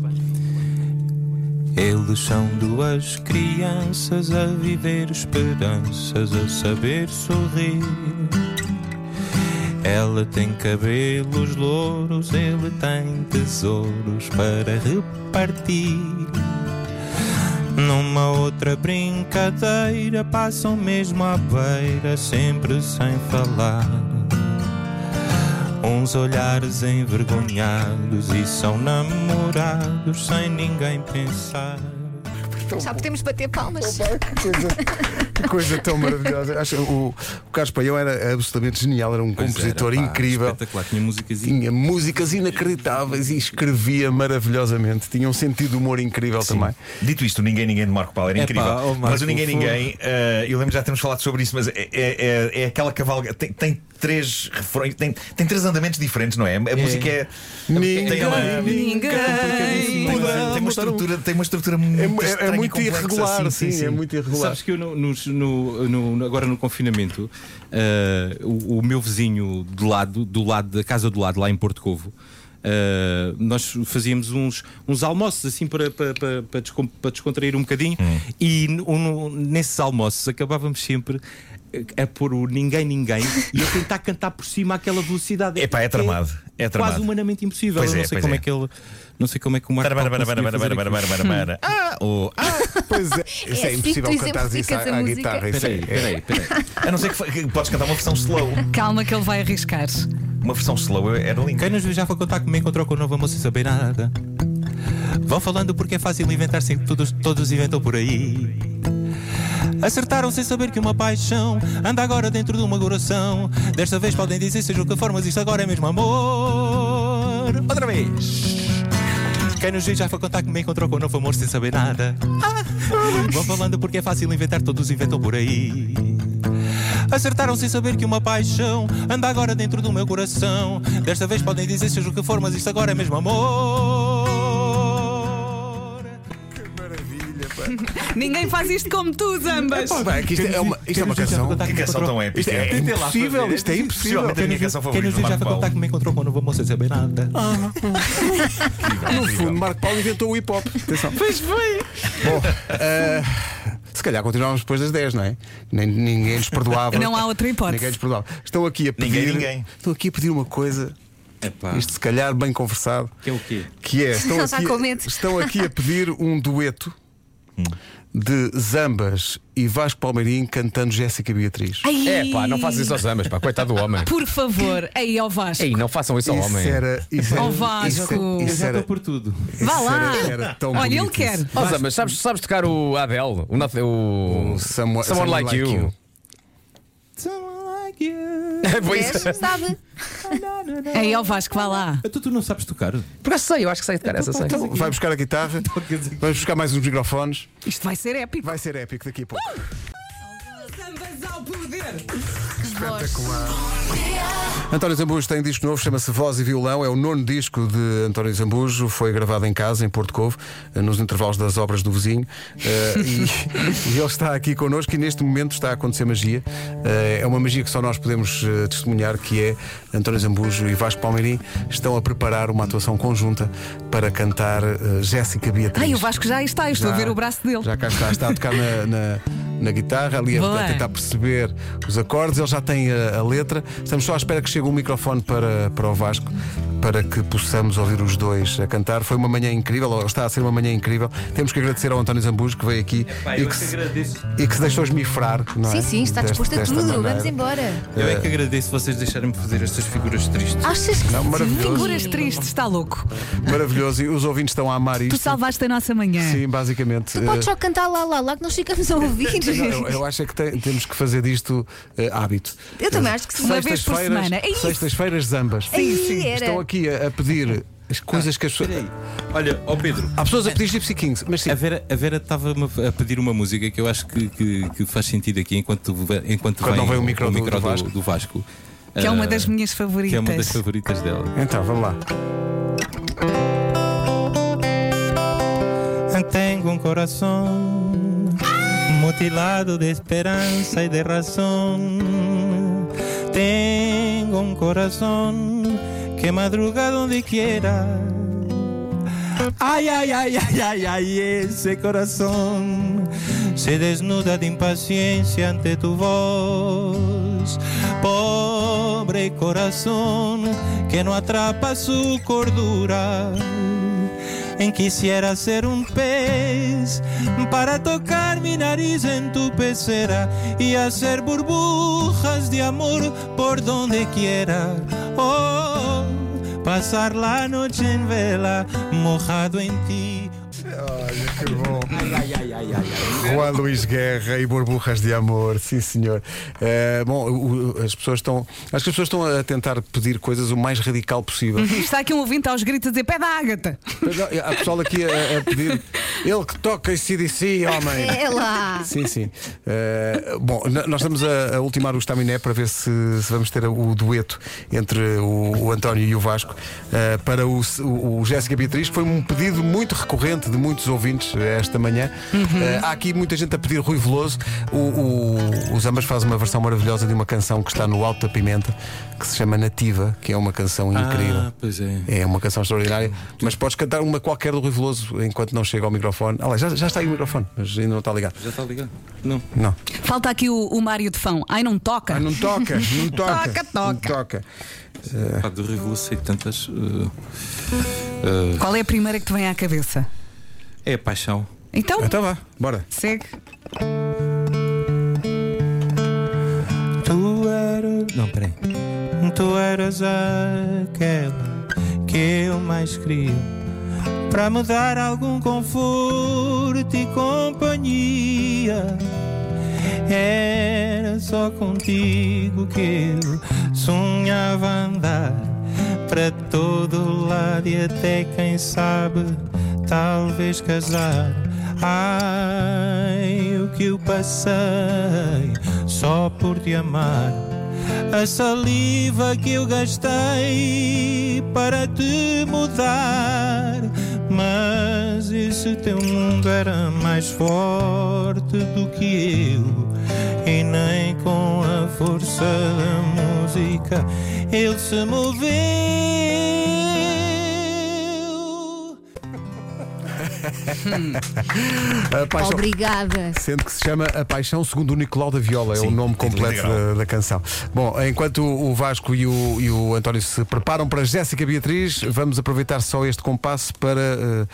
S7: É
S6: Eles são duas crianças a viver esperanças, a saber sorrir. Ela tem cabelos louros, ele tem tesouros para repartir. Numa outra brincadeira, passam mesmo à beira, sempre sem falar. Uns olhares
S1: Um
S6: envergonhados e são namorados sem ninguém pensar.
S2: Já podemos bater palmas.
S1: Pá, que coisa, que coisa tão maravilhosa. Acho que o, o Carlos Paião era absolutamente genial, era um
S7: Pois
S1: compositor
S7: era, pá,
S1: incrível.
S7: Espetacular, tinha músicas e
S1: Tinha músicas inacreditáveis e escrevia maravilhosamente. Tinha um sentido de humor incrível também.
S5: Dito isto, o ninguém ninguém de Marco Paulo era
S6: Epá,
S5: incrível.
S6: oh, Marco,
S5: mas o ninguém
S6: por
S5: ninguém, eh, eu lembro já temos falado sobre isso, mas é, é, é, é aquela cavalga tem, tem três refrões, tem, tem três andamentos diferentes, não é? A música é tem uma,
S3: Ninguém.
S5: tem uma estrutura, tem uma estrutura muito
S1: um- É, mu- é- é
S5: estranha e
S1: muito
S5: complexa,
S1: irregular,
S5: sim,
S1: sim, é muito irregular.
S7: Sabes que eu no- nos- no- no- agora no confinamento, eh, o, o meu vizinho do lado, do lado da casa do lado, lá em Porto Covo, eh, nós fazíamos uns, uns almoços assim para, para, para, para descom- para descontrair um bocadinho
S5: Hum.
S7: e no- no- nesses almoços acabávamos sempre eh, a pôr o ninguém
S5: [laughs]
S7: ninguém e a tentar cantar por cima àquela velocidade.
S5: Epá, é tramado, é tramado.
S7: Quase humanamente impossível.
S5: Pois
S7: eu não
S5: é,
S7: sei
S5: pois
S7: como
S5: é.
S7: é. que ele. Não sei como é que o Marco
S5: Para, para, para,
S7: Paulo
S5: para, para,
S7: conseguia fazer
S5: para, para, para,
S7: aquilo.
S5: para. Ah, oh, ah.
S1: Pois é, isso
S2: É
S1: é
S2: assim que
S1: impossível
S2: tu
S1: cantar isso à,
S2: exemplificas a
S1: à
S2: música.
S1: guitarra. Isso é,
S7: Peraí, peraí, peraí.
S5: A não ser que, fa- que podes cantar uma versão slow.
S3: Calma que ele vai arriscar.
S5: Uma versão slow era linda.
S6: Quem nos viu já foi contar que me encontrou com nova moça sem saber nada. Vão falando porque é fácil inventar sempre todos, todos inventam por aí. Acertaram sem saber que uma paixão anda agora dentro de uma coração. Desta vez podem dizer seja o que for, mas isto agora é mesmo amor. Outra vez. Quem nos viu já foi contar que me encontrou com novo amor sem saber nada. Ah! Vão falando porque é fácil inventar, todos inventam por aí. Acertaram sem saber que uma paixão anda agora dentro do meu coração. Desta vez podem dizer seja o que for, mas isto agora é mesmo amor.
S3: Ninguém faz isto como tu, Zambas.
S1: Pá, pá, que isto é uma, isto é uma canção.
S5: Que canção tão épica.
S1: Isto é
S5: Tentei lá
S1: impossível,
S5: fazer.
S1: isto é impossível.
S5: Possivelmente a minha canção
S6: Quem
S5: favorita
S6: nos
S5: do
S6: viu já
S5: Marco
S6: foi
S5: Paulo.
S6: contar que me encontrou com novo amor sem saber nada.
S1: No fundo, Marco Paulo inventou o hip hop. Atenção. Pois foi. Bom, eh, se calhar continuávamos depois das 10, não é? Nem, ninguém nos perdoava.
S3: Não há outra hipótese.
S1: Ninguém nos perdoava. Estão aqui a pedir.
S5: Ninguém, ninguém.
S1: Estão aqui a pedir uma coisa.
S7: Epá.
S1: Isto se calhar bem conversado.
S7: Que é o quê?
S1: Que é. Estão
S2: Ele está
S1: aqui,
S2: com medo.
S1: estão aqui a pedir um dueto de Zambas e Vasco Palmeirim cantando Jéssica Beatriz.
S3: Ai,
S4: É pá, não façam isso aos ambas, pá, coitado do homem.
S3: Por favor, aí ao Vasco.
S4: Ei, não façam isso é ao
S1: Isso
S4: homem.
S1: era. Isso era.
S3: Oh, Vasco.
S1: Isso,
S7: Eu
S1: isso
S7: já
S1: era.
S7: estou por tudo.
S3: Vá
S1: isso
S3: lá.
S1: Era, era tão
S3: Olha, ele
S1: é um bonito
S3: quer.
S1: isso.
S4: Ó, Zambas, sabes, sabes tocar o Adele? O, not- o...
S1: O Someone-
S4: Someone
S1: Someone
S4: Like,
S1: Like You.
S4: You. [laughs]
S6: Someone like you.
S4: É, pois.
S2: Vês? Sabe?
S3: Ei, ao Vasco, vá lá.
S7: Então tu não sabes tocar?
S4: Por acaso sei, eu acho que sei tocar essa, sei.
S1: Então, vai buscar a [laughs] guitarra, vamos buscar mais uns microfones.
S3: Isto vai ser épico.
S1: Vai ser épico daqui a pouco.
S3: Zambas ao poder.
S1: António Zambujo tem um disco novo, chama-se Voz e Violão. É o nono disco de António Zambujo. Foi gravado em casa, em Porto Covo, eh, nos intervalos das obras do vizinho. Eh, e, [laughs] e ele está aqui connosco e neste momento está a acontecer magia. Eh, é uma magia que só nós podemos eh, testemunhar, que é António Zambujo e Vasco Palmeirim estão a preparar uma atuação conjunta para cantar eh, Jéssica Beatriz.
S3: Ai, o Vasco já está. Eu estou
S1: Já-
S3: a ver o braço dele.
S1: Já cá está, está a tocar na, na- na guitarra, ali a,
S3: Boa.
S1: a tentar perceber os acordes, ele já tem a, a letra. Estamos só à espera que chegue um microfone para, para o Vasco para que possamos ouvir os dois a cantar. Foi uma manhã incrível, ou está a ser uma manhã incrível. Temos que agradecer ao António Zambujo que veio aqui e, que se,
S7: é agradeço.
S1: e que se deixou esmifrar. Não é?
S2: Sim, sim, está
S1: Deste-
S2: disposto a
S1: desta
S2: tudo.
S1: maneira.
S2: Vamos embora.
S7: Eu é que
S1: Eh.
S7: agradeço vocês deixarem-me fazer estas figuras tristes.
S2: Achas que
S1: Não, maravilhoso.
S3: Figuras tristes, está louco.
S1: Maravilhoso, e os ouvintes estão a amar isto.
S3: Tu salvaste a nossa manhã.
S1: Sim, basicamente. eh,
S2: Tu podes só cantar lá, lá, lá, que nós ficamos a ouvir.
S1: Não, eu, eu acho é que tem- temos que fazer disto eh, hábito.
S2: Eu também acho que sim.
S3: Uma vez por
S1: Sextas-feiras-
S3: semana. É isso.
S1: Sextas-feiras, zambas.
S2: Sim, sim. era.
S1: Estão aqui a, a pedir as coisas que as pessoas.
S7: Peraí. Olha, ó Pedro,
S1: Há pessoas a pedir Gypsy Kings, mas sim.
S7: a Vera a Vera estava-me a a pedir uma música que eu acho que, que- que faz sentido aqui enquanto, ve- enquanto
S1: Quando não vem o micro do- do
S7: do,
S1: Vasco.
S7: do Vasco.
S3: Que é uma
S7: Ah,
S3: das minhas
S7: que é uma
S3: favoritas.
S7: das favoritas
S1: [laughs]
S7: dela.
S1: Então, vamos lá.
S6: Tengo un corazón um mutilado de esperanza y de razón. Tengo un corazón um que madruga donde quiera. Ay, ay, ay, ay, ay, ay, ese corazón se desnuda de impaciencia ante tu voz. Pobre corazón que no atrapa su cordura. En quisiera ser un pez para tocar mi nariz en tu pecera y hacer burbujas de amor por donde quiera. Oh, pasar la noche en vela mojado en ti.
S9: Olha que bom. Juan Luís Guerra e Borburras de Amor, sim senhor. Eh, bom, o- o- as pessoas estão. Acho que as pessoas estão a tentar pedir coisas o mais radical
S3: [laughs]
S9: possível.
S3: Está aqui um ouvinte aos gritos a dizer: pé da Ágata!
S1: Mas, ó, Há pessoal aqui a, a pedir. Ele que toca CDC, homem!
S2: É lá.
S1: Sim, sim. Eh, bom, n- nós estamos a, a ultimar o estaminé para ver se, se vamos ter o dueto entre o, o António e o Vasco eh, para o, S- o, o Jéssica Beatriz, que foi um pedido muito recorrente de muitos ouvintes eh, esta manhã. Eh, há aqui muita gente a pedir Rui Veloso. O, o, os ambas fazem uma versão maravilhosa de uma canção que está no Alto da Pimenta, que se chama Nativa, que é uma canção incrível.
S7: Ah, pois é.
S1: É uma canção extraordinária, mas podes cantar uma qualquer do Rui Veloso enquanto não chega ao microfone. Ah, lá, já, já está aí o microfone, mas ainda não está ligado.
S7: Já está ligado? Não.
S1: Não.
S3: Falta aqui o, o Mário de Fão. Ai, não toca!
S1: Ah, não toca, [laughs] não toca.
S3: Toca, toca.
S1: Não toca.
S6: É.
S7: Pá, do Revolu sei tantas. uh, uh,
S3: Qual é a primeira que te vem à cabeça?
S7: é a paixão.
S3: Então,
S1: Então vá, bora.
S3: segue.
S6: Tu eras. Não, peraí. Tu eras aquela que eu mais queria para me dar algum conforto e companhia. Era só contigo que eu sonhava andar para todo lado e até quem sabe, talvez casar. Ai, o que eu passei só por te amar. A saliva que eu gastei para te mudar. Mas esse teu mundo era mais forte do que eu. E nem com a força da música ele se moveu.
S1: A paixão.
S2: Obrigada.
S1: Sendo que se chama A Paixão segundo o Nicolau da Viola, é o nome completo da, da canção. Bom, enquanto o Vasco e o, e o António se preparam para Jéssica Beatriz, vamos aproveitar só este compasso para eh,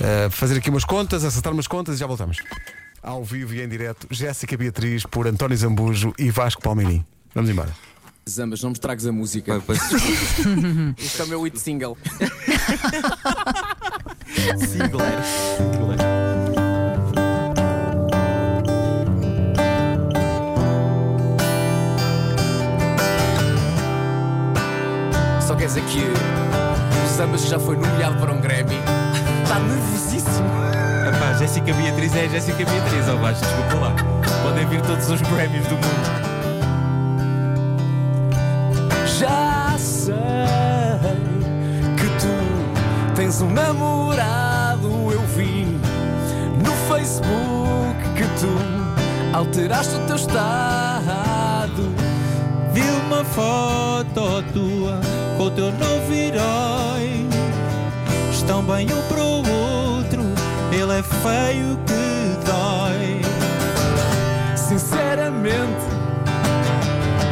S1: eh, fazer aqui umas contas, acertar umas contas e já voltamos. Ao vivo e em direto, Jéssica Beatriz por António Zambujo e Vasco Palmeirim. Vamos embora.
S4: Zambas, não me estragues a música.
S7: Pá, peço desculpa.
S4: [laughs] Este é o meu hit single. Só quer dizer que o Zambas já foi nomeado para um Grammy. Está nervosíssimo.
S6: Epá, Jéssica Beatriz é Jéssica Beatriz, ó baixo, desculpa lá. Podem vir todos os prémios do mundo.
S4: Já sei que tu tens um namorado, eu vi no Facebook que tu alteraste o teu estado.
S6: Vi uma foto tua com o teu novo herói. Estão bem um pro outro, ele é feio que dói.
S4: Sinceramente,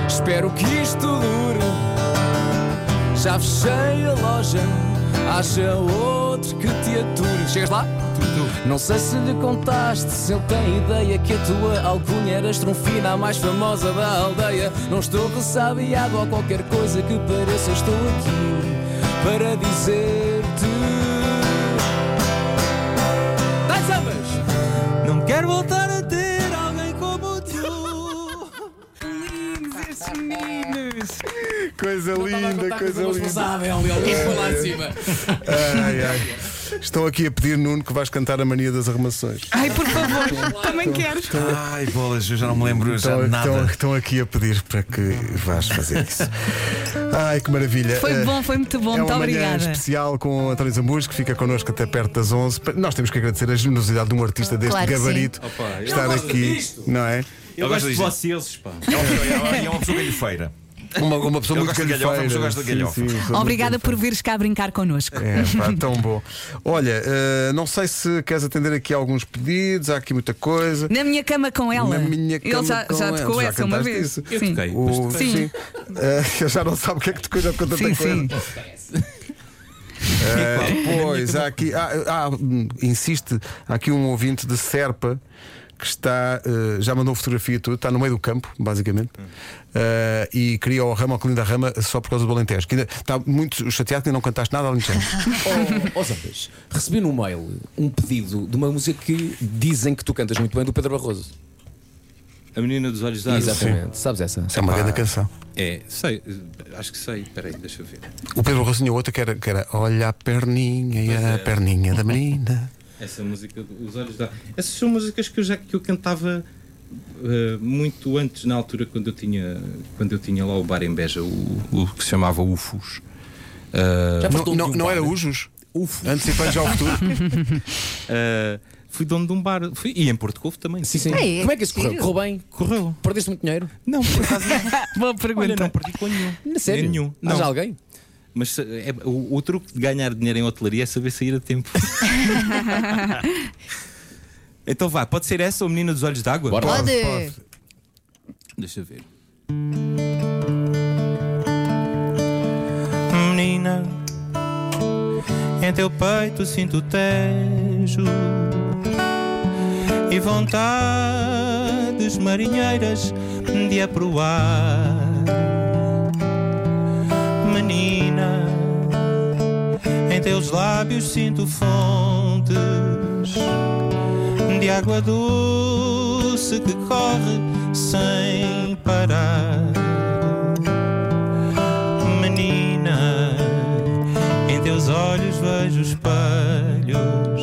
S4: espero que isto dure. Já fechei a loja, acha outro que te ature. Chegas lá? Não sei se lhe contaste, se ele tem ideia que a tua alcunha era estrunfina, a mais famosa da aldeia. Não estou ressabiado ou qualquer coisa que pareça, estou aqui para dizer-te. Dai sambas!
S6: Não quero voltar a ter alguém como tu.
S3: Lindos estes meninos!
S1: Coisa linda, coisa linda.
S4: responsável, ele foi lá de cima.
S1: Ai, ai. Estão aqui a pedir, Nuno, que vais cantar a mania das arrumações.
S3: Ai, por favor, [laughs] também quero.
S9: Ai, bolas, eu já não me lembro
S1: Estão, estão- estão aqui a pedir para que vás fazer [laughs] isso. Ai, que maravilha.
S3: Foi
S1: Eh,
S3: bom, foi muito bom,
S1: é
S3: muito
S1: uma manhã
S3: obrigada.
S1: especial com António Zambujo, que fica connosco até perto das 11. Nós temos que agradecer a generosidade de um artista deste
S2: Claro que
S1: gabarito
S7: eu
S1: estar aqui, não é?
S7: Eu, gosto de vocês, pá.
S5: E é uma pessoa galhofeira.
S1: Uma, uma pessoa
S5: Eu
S1: muito
S5: gosto de galhofa, mas eu
S1: galhofeira.
S5: gosto de galhofa.
S1: Sim, sim, uma pessoa
S3: Obrigada
S1: muito
S3: por vires cá brincar connosco.
S1: É, pá, tão bom. Olha, eh, não sei se queres atender aqui a alguns pedidos, há aqui muita coisa.
S3: Na minha cama com ela.
S1: Na minha cama
S3: Ele já,
S1: com
S3: já
S1: ela.
S3: tocou
S1: Já
S3: essa uma
S1: cantaste
S3: vez.
S1: isso?
S7: Eu
S3: Sim.
S7: toquei.
S1: O-
S3: Sim.
S1: Eh, eu já não sabe o que é que te cuida com tanta
S3: Sim,
S1: coisa.
S3: sim.
S1: Eh, pois, há aqui. há- há, hum, insiste, há aqui um ouvinte de Serpa que está, eh, já mandou fotografia e tudo, está no meio do campo, basicamente, eh, e criou o rama, o colina da rama, só por causa do Alentejo. Que ainda está muito chateado que ainda não cantaste nada ao
S3: [laughs]
S1: Alentejo.
S4: Ó oh, Zambas, recebi no mail um pedido de uma música que dizem que tu cantas muito bem do Pedro Barroso.
S7: A menina dos olhos da água.
S4: Exatamente. Sabes essa?
S1: Isso é uma grande canção.
S7: É, sei, eh, acho que sei. Peraí, deixa eu ver.
S1: O Pedro Rosinha, outra que era, que era Olha a perninha e a perninha da menina.
S7: Essa música, Os Olhos da Essas são músicas que eu, já, que eu cantava eh, muito antes, na altura, quando eu tinha, quando eu tinha lá o bar em Beja, o, o que se chamava UFOS. Eh,
S4: Já
S1: Não,
S4: foste
S1: não,
S4: um
S1: não
S4: bar?
S1: era Ujos? Antecipando já o futuro.
S7: eh, fui dono de um bar. Fui, e em Porto Covo também.
S4: Sim, sim.
S2: Ai, é
S4: Como é que isso correu?
S2: giro.
S4: Correu bem?
S7: Correu.
S4: Perdeste muito dinheiro?
S7: Não, por acaso não.
S3: Ah, Boa
S7: Olha,
S3: pergunta.
S7: não perdi com nenhum.
S4: Na sério?
S7: Nem Nenhum.
S4: Há já
S7: Não.
S4: alguém?
S7: Mas eh, é- o, o truque de ganhar dinheiro em hotelaria é saber sair a tempo. [laughs] então vá, pode ser essa ou Menina dos Olhos d'Água?
S4: Bora lá.
S2: Pode.
S7: Deixa eu ver.
S6: menina. Em teu peito sinto tejo e vontades marinheiras de aproar, menina. Em teus lábios sinto fontes de água doce que corre sem parar menina. Em teus olhos vejo espelhos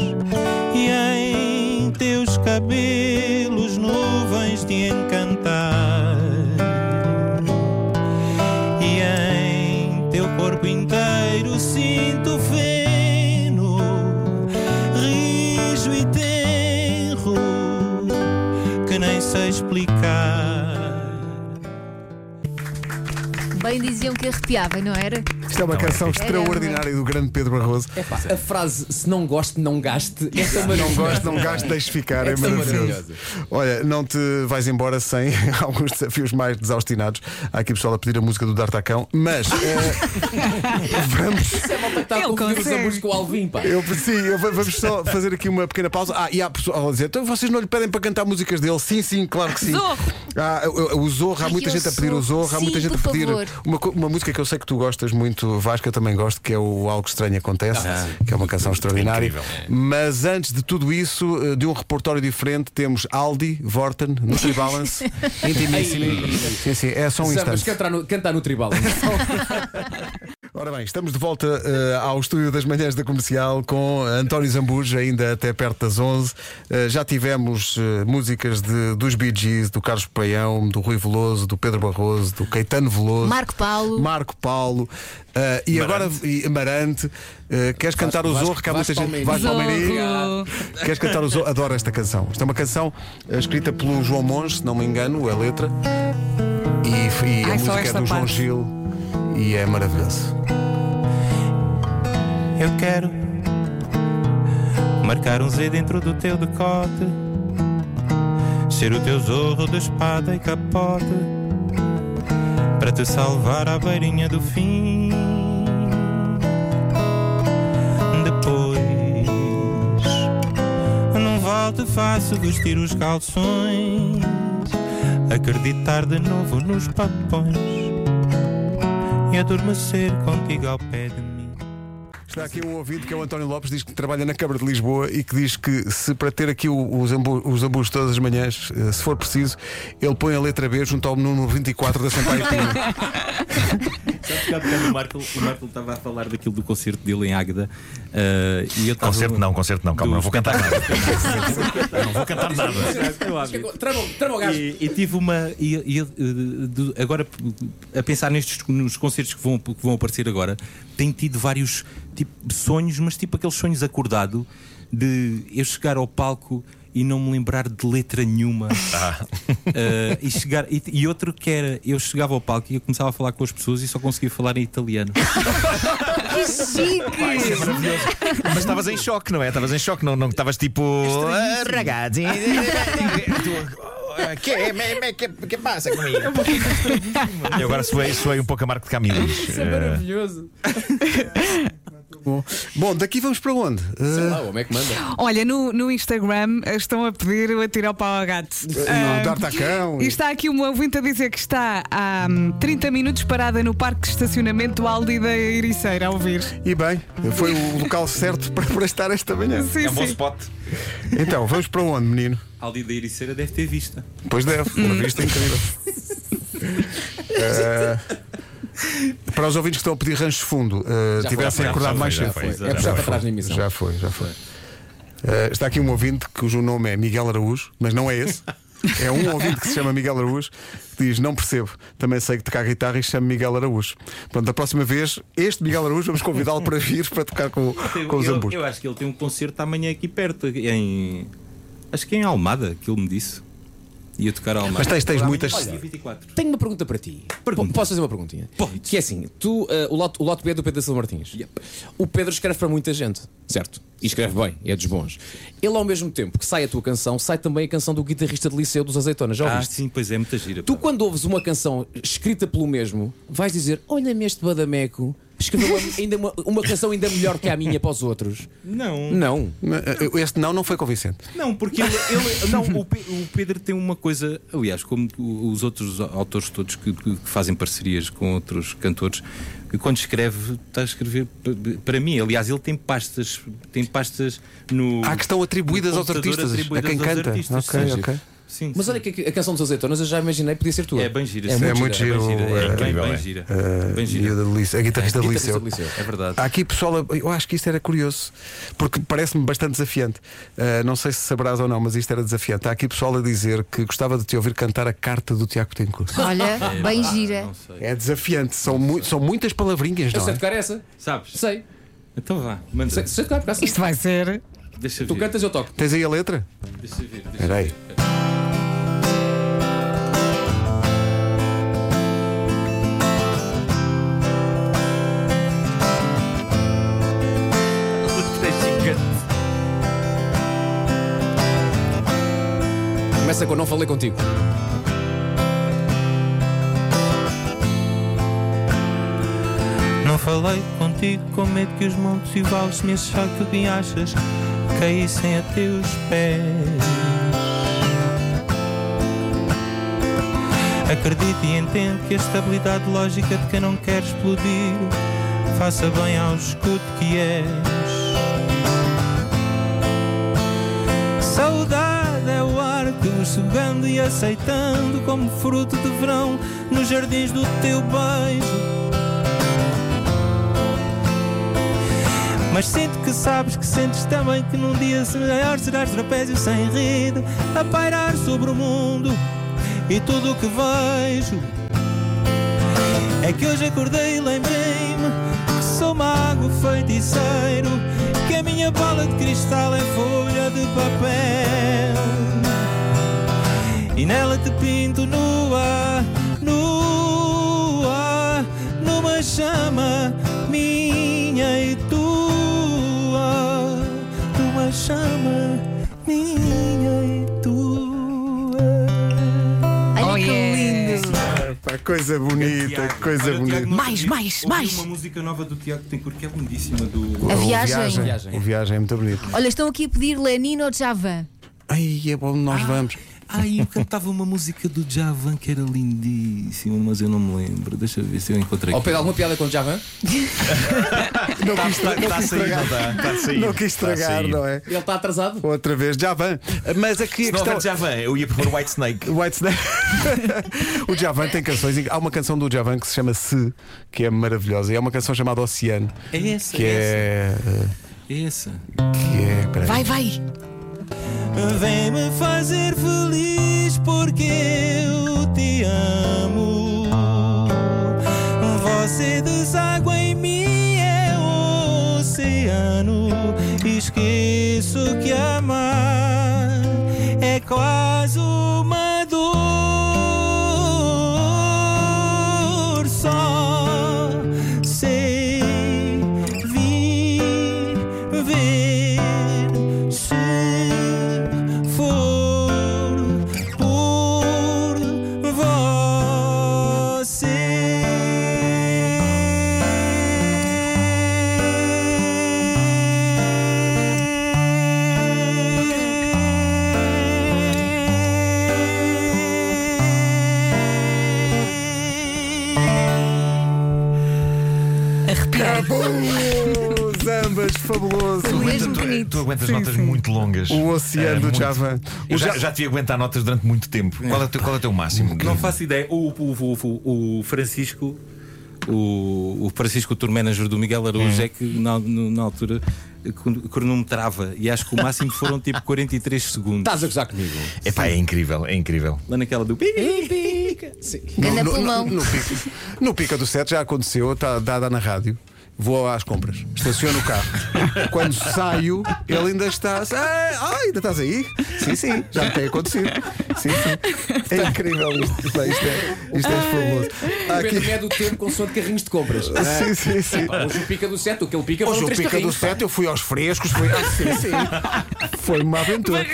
S6: e em teus cabelos nuvens de encantar. E em teu corpo inteiro sinto feno, rijo e tenro que nem sei explicar.
S2: Bem diziam que arrepiava, não era?
S1: Isto é uma canção extraordinária do grande Pedro Barroso.
S4: Epá, a frase se não goste, não gaste. Essa não
S1: Gosto, não gasto, deixe ficar, é,
S4: É tão
S1: maravilhoso.
S4: maravilhoso.
S1: Olha, não te vais embora sem [laughs] alguns desafios mais desostinados. Há aqui pessoal a pedir a música do D'Artacão, mas eh, [laughs] vamos.
S4: Está a
S3: Ele
S4: confundir os
S3: consegue.
S4: ambos com o Alvin, pá.
S1: Eu, sim, eu, va- vamos só fazer aqui uma pequena pausa. Ah, e há pessoal a dizer, então vocês não lhe pedem para cantar músicas dele? Sim, sim, claro que sim.
S3: Zorro.
S1: Ah, o- o Zorro, há
S2: Ai,
S1: muita
S2: eu
S1: gente a pedir o
S2: sou-
S1: Zorro, há
S2: Sim,
S1: muita gente a
S2: por
S1: pedir
S2: favor.
S1: uma, co- uma música que eu sei que tu gostas muito, Vasco, eu também gosto, que é o Algo Estranho Acontece, que é uma canção extraordinária. Mas antes de tudo isso, eh, de um repertório diferente, temos Aldi, Vorten, Nutribalance, Intimissimi. Sim, sim, é só um
S4: Sabes
S1: instante.
S4: cantar no, cantar no tribal.
S1: Ora bem, estamos de volta eh, ao estúdio das manhãs da comercial com António Zambujo, ainda até perto das 11. Eh, já tivemos eh, músicas de, dos Bee Gees, do Carlos Paião, do Rui Veloso, do Pedro Barroso, do Caetano Veloso,
S2: Marco Paulo.
S1: Marco Paulo eh, e agora e Amarante. Eh, queres cantar o
S4: Vasco-
S1: Zorro? Que há muita
S4: Vasco
S1: gente. Vasco
S4: Palmeirinho.
S3: Zorro.
S1: Palmeirinho. [laughs] Queres cantar o Zorro? Adoro esta canção. Isto é uma canção eh, escrita pelo João Monge, se não me engano, é a letra. E, e a
S3: Ai, só
S1: música é
S3: esta
S1: do João
S3: parte.
S1: Gil e é maravilhoso.
S6: Eu quero marcar um Z dentro do teu decote, ser o teu zorro de espada e capote, para te salvar à beirinha do fim. Depois, num volte faço vestir os calções, acreditar de novo nos papões e adormecer contigo ao pé de mim.
S1: Está aqui um ouvido que é o António Lopes, diz que trabalha na Câmara de Lisboa e que diz que se para ter aqui o- os, ambu, os ambus todas as manhãs, eh, se for preciso, ele põe a letra B junto ao número 24 da Sampaio Pinho.
S7: Há bocado o Marco o Marco estava a falar daquilo do concerto dele em Águeda. eh, e eu estava-
S5: Concerto não, concerto não, calma,
S7: Do-
S5: não vou [laughs] cantar nada. não vou cantar nada.
S4: Trama o gajo.
S7: E, e tive uma. E, e, eh, de- agora, p- a pensar nestes nos concertos que vão, que vão aparecer agora, tenho tido vários tipo, sonhos, mas tipo aqueles sonhos acordado de eu chegar ao palco e não me lembrar de letra nenhuma.
S1: [laughs] Ah.
S7: Eh, e, chegar, e, e outro que era, eu chegava ao palco e eu começava a falar com as pessoas e só conseguia falar em italiano.
S2: Que chique!
S5: é Mas estavas em choque, não é? Estavas em choque, não não- estavas tipo. "Ah, Ragazzi. Tu, Que, me, me, que, que passa comigo? é Eh, Eu agora soei, soei um pouco a Marco de Caminhos.
S4: Maravilhoso.
S1: Bom, Bom, daqui vamos para onde?
S4: Sei
S1: Eh,
S4: lá, o homem é que manda.
S3: Olha, no, no Instagram eh, estão a pedir o atirar para o gato.
S1: não,
S3: Ah,
S1: Tartacão.
S3: E está aqui uma ouvinte a dizer que está há hum, 30 minutos parada no parque de estacionamento do Aldi da Ericeira a ouvir.
S1: E bem, foi o local certo para, para estar esta manhã.
S3: Sim,
S7: É um bom
S3: sim.
S7: spot.
S1: Então, vamos para onde, menino?
S7: Aldi da Ericeira deve ter vista. Hum.
S1: Pois deve, uma vista
S7: [laughs]
S1: incrível. Eh, para os ouvintes que estão a pedir rancho fundo, eh,
S4: Já foi,
S1: tivessem
S4: já foi,
S1: acordado
S4: já
S1: mais
S4: foi,
S1: cedo.
S4: já foi. É puxar para trás na emissão.
S1: Já foi, já foi. Eh, está aqui um ouvinte cujo nome é Miguel Araújo, mas não é esse. É um ouvinte que se chama Miguel Araújo que diz: Não percebo, também sei que tocar guitarra e chamo Miguel Araújo. Pronto, da próxima vez, este Miguel Araújo vamos convidá-lo para vir para tocar com, com os
S7: eu,
S1: ambos.
S7: eu acho que ele tem um concerto amanhã aqui perto, em. Acho que é em Almada, que ele me disse. Ia tocar a Almada.
S1: Mas tens- tens
S7: Amanhã,
S1: muitas-
S7: dia 24.
S4: Tenho uma pergunta para ti.
S7: Pergunta.
S4: Po- Posso fazer uma perguntinha?
S7: Pode.
S4: Que é assim: tu, eh, o, lote, o lote B é do Pedro Silva Martins. O Pedro escreve para muita gente, certo? E escreve bem, é dos bons. Ele, ao mesmo tempo que sai a tua canção, sai também a canção do guitarrista de Liceu dos Azeitonas. Já
S7: Ah,
S4: ouviste?
S7: sim, pois é, muita gira.
S4: Tu,
S7: pá.
S4: quando ouves uma canção escrita pelo mesmo, vais dizer: Olha-me este Badameco, escreveu uma- [laughs] ainda uma, uma canção ainda melhor que a minha para os outros.
S7: Não, não,
S4: Não.
S1: eh, Este não, não foi convincente.
S7: porque ele. ele- não, o, Pe- o Pedro tem uma coisa. Aliás, como o- os outros autores todos que, que fazem parcerias com outros cantores, que quando escreve, está a escrever p- para mim. Aliás, ele tem pastas. Tem pastas no.
S1: Há Ah, que estão atribuídas
S7: no
S1: aos
S7: computador,
S1: artistas,
S7: atribuídas
S1: a quem
S7: aos
S1: canta.
S7: artistas,
S1: Ok,
S7: sim.
S1: ok.
S7: Sim,
S4: Mas
S7: sim.
S4: olha que a canção dos Azeitonas eu já imaginei podia ser tua.
S7: É bem gira.
S4: muito
S1: É muito
S4: gira.
S1: giro.
S7: É
S1: eh,
S7: bem,
S5: incrível,
S7: bem
S5: é.
S7: gira.
S1: eh,
S7: Bem gira.
S1: e o da Liceu, a guitarrista do
S4: Guitarrista
S1: Liceu.
S4: do Liceu.
S7: É verdade.
S1: Há aqui pessoal, a- eu acho que isto era curioso, porque parece-me bastante desafiante. Uh, não sei se saberás ou não, mas isto era desafiante. Há aqui pessoal a dizer que gostava de te ouvir cantar a carta do Tiago Tencourt.
S2: Olha, bem gira.
S7: Não sei.
S1: É desafiante, são, mu- são muitas palavrinhas,
S4: Eu
S1: não
S4: sei
S1: é?
S4: tocar essa.
S7: Sabes?
S4: Sei.
S7: Então vá, manda.
S4: Sei, sei tocar, por acaso.
S3: Isto vai ser.
S7: Deixa
S4: Tu
S7: ver.
S4: cantas, eu toco.
S1: Tens aí a letra?
S7: Deixa ver. deixa
S1: Espera aí.
S4: Começa com Não Falei Contigo.
S6: Não falei contigo com medo que os montes e vales me achassem que achas caíssem a teus pés. Acredito e entendo que a estabilidade lógica de quem não quer explodir faça bem ao escudo que és. Saudade é o ar que vos sugando e aceitando como fruto de verão nos jardins do teu beijo. Mas sinto que sabes que sentes também que num dia melhor serás trapézio sem rede a pairar sobre o mundo e tudo o que vejo. É que hoje acordei e lembrei-me que sou mago feiticeiro, que a minha bola de cristal é folha de papel e nela te pinto nua, nua, numa chama minha e tua, numa chama minha e tua.
S2: Olha
S3: Oh,
S2: que
S3: yeah.
S2: lindo.
S1: Pá, coisa bonita,
S7: Tiago.
S1: coisa
S7: Olha, o Tiago
S1: bonita.
S7: não
S3: Mais,
S7: ouviu-
S3: mais,
S7: ouviu
S3: mais.
S7: uma música nova do Tiago Tencourt que é lindíssima do...
S2: A viagem.
S1: O viagem, o viagem é muito bonito.
S2: Olha, estão aqui a pedir Lenino ou Java.
S1: Ai, é bom, nós vamos.
S7: Ai, eu cantava uma música do Javan que era lindíssima, mas eu não me lembro. Deixa eu ver se eu encontrei
S4: Ó Pedro, alguma piada com o Javan?
S5: Está a sair, não está? Está a sair.
S1: Não quis
S5: Está a
S1: estragar,
S5: sair.
S1: não é?
S4: Ele
S10: tá
S4: está atrasado.
S1: Outra vez, já van. Mas aqui a
S5: Se não
S1: questão.
S5: houver Javan, eu ia pôr White Snake.
S1: White Snake. [laughs] o Javan tem canções. Há uma canção do Javan que se chama Se, que é maravilhosa. E há uma canção chamada Oceano,
S7: É essa,
S1: que
S7: é
S1: é.
S7: essa. essa.
S1: Que é. peraí.
S3: Vai, vai.
S6: Vem me fazer feliz porque eu te amo. Você deságua em mim, é o oceano. Esqueço que amar é quase uma dor. Só sei viver se for por você.
S3: Arrepiar.
S9: Cabum! Zambas, fabuloso.
S3: Mesmo
S5: tu,
S3: bonito.
S5: tu aguentas
S3: Sim,
S5: notas
S3: sim.
S5: muito longas.
S9: O oceano
S5: Eh,
S9: do
S5: muito.
S9: Java.
S5: Eu
S9: O
S5: já,
S9: Ja-
S5: já te aguentar notas durante muito tempo. Qual é o teu, qual é o teu máximo?
S7: Não faço ideia. O, o- o- o Francisco. O, o Francisco Turmenas do Miguel Araújo é que na, no- na altura cron- cronometrava e acho que o máximo foram tipo 43 segundos.
S4: Estás a gozar comigo.
S5: Epá, é incrível, é incrível.
S7: Lá naquela do.
S2: Ganda
S1: no,
S2: pulmão.
S1: no pica, no pica do set já aconteceu, está dada na rádio. Vou às compras, estaciono o carro. Quando saio, ele ainda está. Ah, ah, ainda estás aí? Sim, sim, já me tem acontecido. Sim, sim. É incrível isto. Bem, Isto é, isto é fabuloso. Há
S10: Pedro
S1: Aqui, Ah,
S10: mede o tempo com som de carrinhos de compras.
S1: sim, sim, sim.
S10: Pá, Hoje o pica do 7, aquele um pica
S1: Hoje
S10: foram
S1: o
S10: três
S1: pica do
S10: carrinhos.
S1: set, eu fui aos frescos, fui. Ah, sim, sim. Foi uma aventura.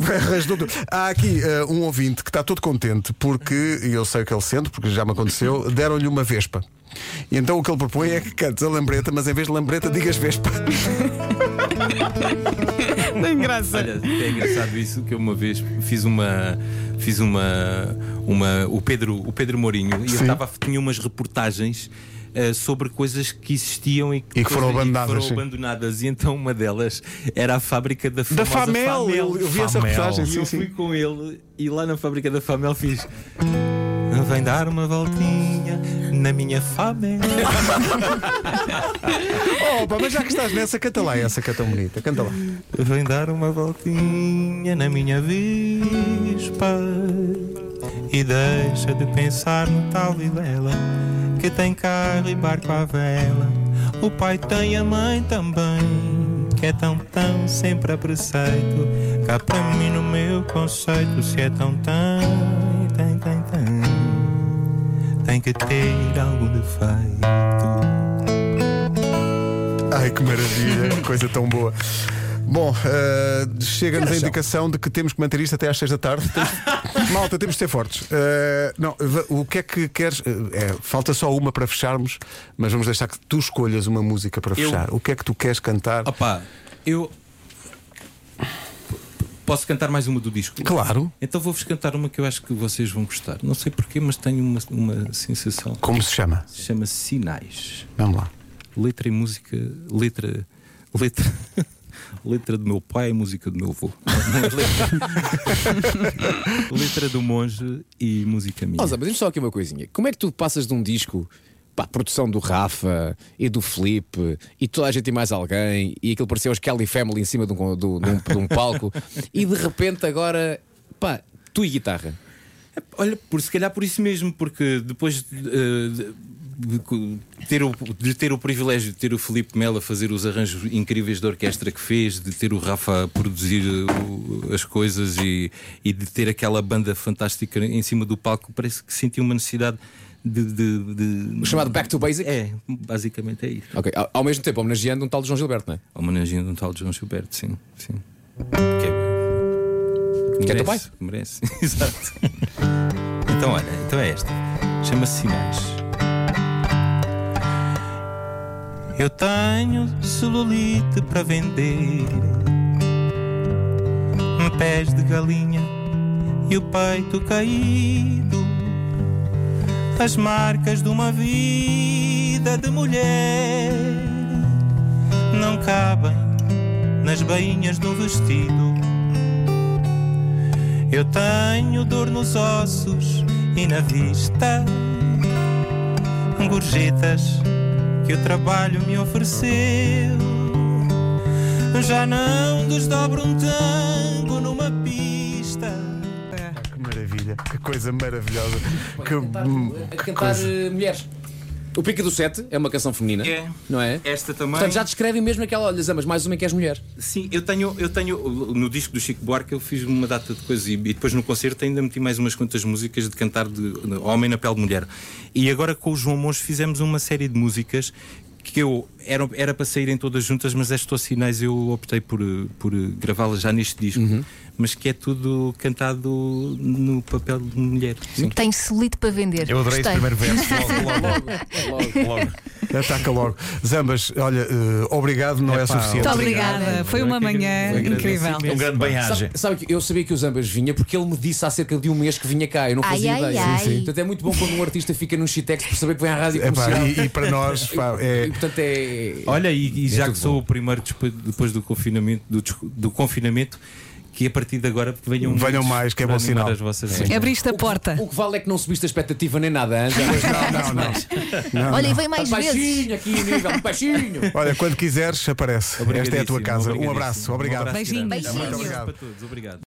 S1: Barras do tudo. Há aqui eh, um ouvinte que está todo contente porque, e eu sei o que ele sente, porque já me aconteceu, deram-lhe uma vespa. E então o que ele propõe é que cantes a lambreta, mas em vez de lambreta digas vespa.
S7: Olha, é engraçado isso que eu uma vez fiz uma fiz uma uma o Pedro o Pedro Mourinho e eu estava tinha umas reportagens eh, sobre coisas que existiam e que,
S1: E que foram
S7: coisas-
S1: abandonadas,
S7: foram
S1: sim.
S7: abandonadas. e então uma delas era a fábrica da famosa
S1: Eu, eu vi essa
S5: Famel.
S1: reportagem,
S7: e
S1: sim,
S7: eu fui
S1: sim.
S7: com ele e lá na fábrica da Famel fiz Vem dar uma voltinha na minha Famel
S1: Opa, mas já que estás nessa, canta lá essa que é tão bonita. Canta lá.
S7: Vem dar uma voltinha na minha vispa E deixa de pensar no tal Vilela Que tem carro e barco à vela O pai tem, a mãe também Que é tão tão sempre a preceito Cá para mim no meu conceito Se é tão tão, tem, tem, tem Tem que ter algum defeito
S1: Ai, que maravilha, [laughs] que coisa tão boa. Bom, eh, chega-nos a indicação de que temos que manter isto até às 6 da tarde. [laughs] Temos- Malta, temos de ser fortes. Eh, não, va- o que é que queres? Eh, é, falta só uma para fecharmos, mas vamos deixar que tu escolhas uma música para
S7: Eu-
S1: fechar. O que é que tu queres cantar?
S7: Opa, eu. P- Posso cantar mais uma do disco?
S1: Claro,
S7: Então vou-vos cantar uma que eu acho que vocês vão gostar. Não sei porquê, mas tenho uma, uma sensação.
S1: como se chama?
S7: Chama-se Sinais.
S1: Vamos lá.
S7: Letra e música. Letra. Letra. [laughs] Letra do meu pai e música do meu avô. [laughs] Não é letra. [laughs] letra do monge e música minha.
S10: Ó, Zé, mas diz-me só aqui uma coisinha. Como é que tu passas de um disco, pá, produção do Rafa e do Felipe e toda a gente e mais alguém e aquilo parecia os Kelly Family em cima de um, de um- de um- de um [laughs] palco e de repente agora, pá, tu e guitarra?
S7: Olha, por, se calhar por isso mesmo, porque depois eh, de, de- de ter o, de ter o privilégio de ter o Filipe Melo a fazer os arranjos incríveis da orquestra que fez, de ter o Rafa a produzir eh, o- as coisas e, e de ter aquela banda fantástica em cima do palco, parece que senti uma necessidade de. de- de-
S10: O chamado Back to Basic?
S7: É, basicamente é isso.
S10: Ok, ao, ao mesmo tempo homenageando um tal de João Gilberto, não é?
S7: Homenageando um tal de João Gilberto, sim. sim. Que é,
S10: Que é teu pai?
S7: merece, merece. [laughs] Exato. então, olha, então é esta. Chama-se Sinais. Eu tenho celulite para vender, pés de galinha e o peito caído, as marcas de uma vida de mulher não cabem nas bainhas do vestido. Eu tenho dor nos ossos e na vista, gorjetas que o trabalho me ofereceu. Já não desdobro um tango numa pista.
S1: Que maravilha, que coisa maravilhosa. Que, hum,
S10: A
S1: que
S10: cantar
S1: coisa.
S10: eh, mulheres. O Pica do Sete é uma canção feminina,
S7: É.
S10: não é?
S7: Esta também.
S10: Portanto, já descrevem mesmo aquela, olha, Zamas, mais uma que és mulher.
S7: Sim, eu tenho, eu tenho no disco do Chico Buarque eu fiz uma data de coisas e, e depois no concerto ainda meti mais umas quantas músicas de cantar de, de homem na pele de mulher. E agora com o João Monge fizemos uma série de músicas que eu era, era para saírem todas juntas, mas estas sinais eu optei por, eh, por eh, gravá-las já neste disco.
S1: Uhum.
S7: Mas que é tudo cantado no papel de mulher. Sim.
S2: Tenho solito para vender.
S5: Eu adorei
S3: [laughs]
S2: Gostei.
S5: esse primeiro verso. Logo, logo, logo.
S1: Ataca logo. Zambas, olha, eh, obrigado, não é, suficiente.
S3: Muito obrigada. Foi uma manhã incrível.
S5: Um grande
S1: Ah,
S5: banhagem.
S4: Sabe, sabe que eu sabia que o Zambas vinha porque ele me disse há cerca de um mês que vinha cá. Eu não
S2: Ai,
S4: fazia
S2: ai,
S4: ideia.
S2: ai. Sim, sim.
S4: Portanto, é muito bom quando um artista fica num shitex por saber que vem à rádio
S1: Epá,
S4: comercial.
S1: e, e para nós, pá, é,
S4: E, portanto, é.
S7: Olha, e, e
S4: É
S7: já
S4: tudo
S7: que sou o primeiro despo- depois do confinamento, do, desco- do confinamento, que a partir de agora venham,
S1: Venham
S7: muitos
S1: mais, que é
S7: para
S1: bom
S7: animar
S1: sinal.
S7: As vossas
S3: Abriste a porta.
S4: O que vale é que não subiste a expectativa nem nada, Anja.
S1: não, não.
S2: Olha, e vem mais
S4: Tá,
S2: vezes.
S4: baixinho aqui, nível, baixinho.
S1: Olha, quando quiseres, aparece. Esta é a tua casa. Um abraço, obrigado.
S3: Beijinhos.
S2: Beijinhos.
S7: Obrigado. Para todos, obrigado.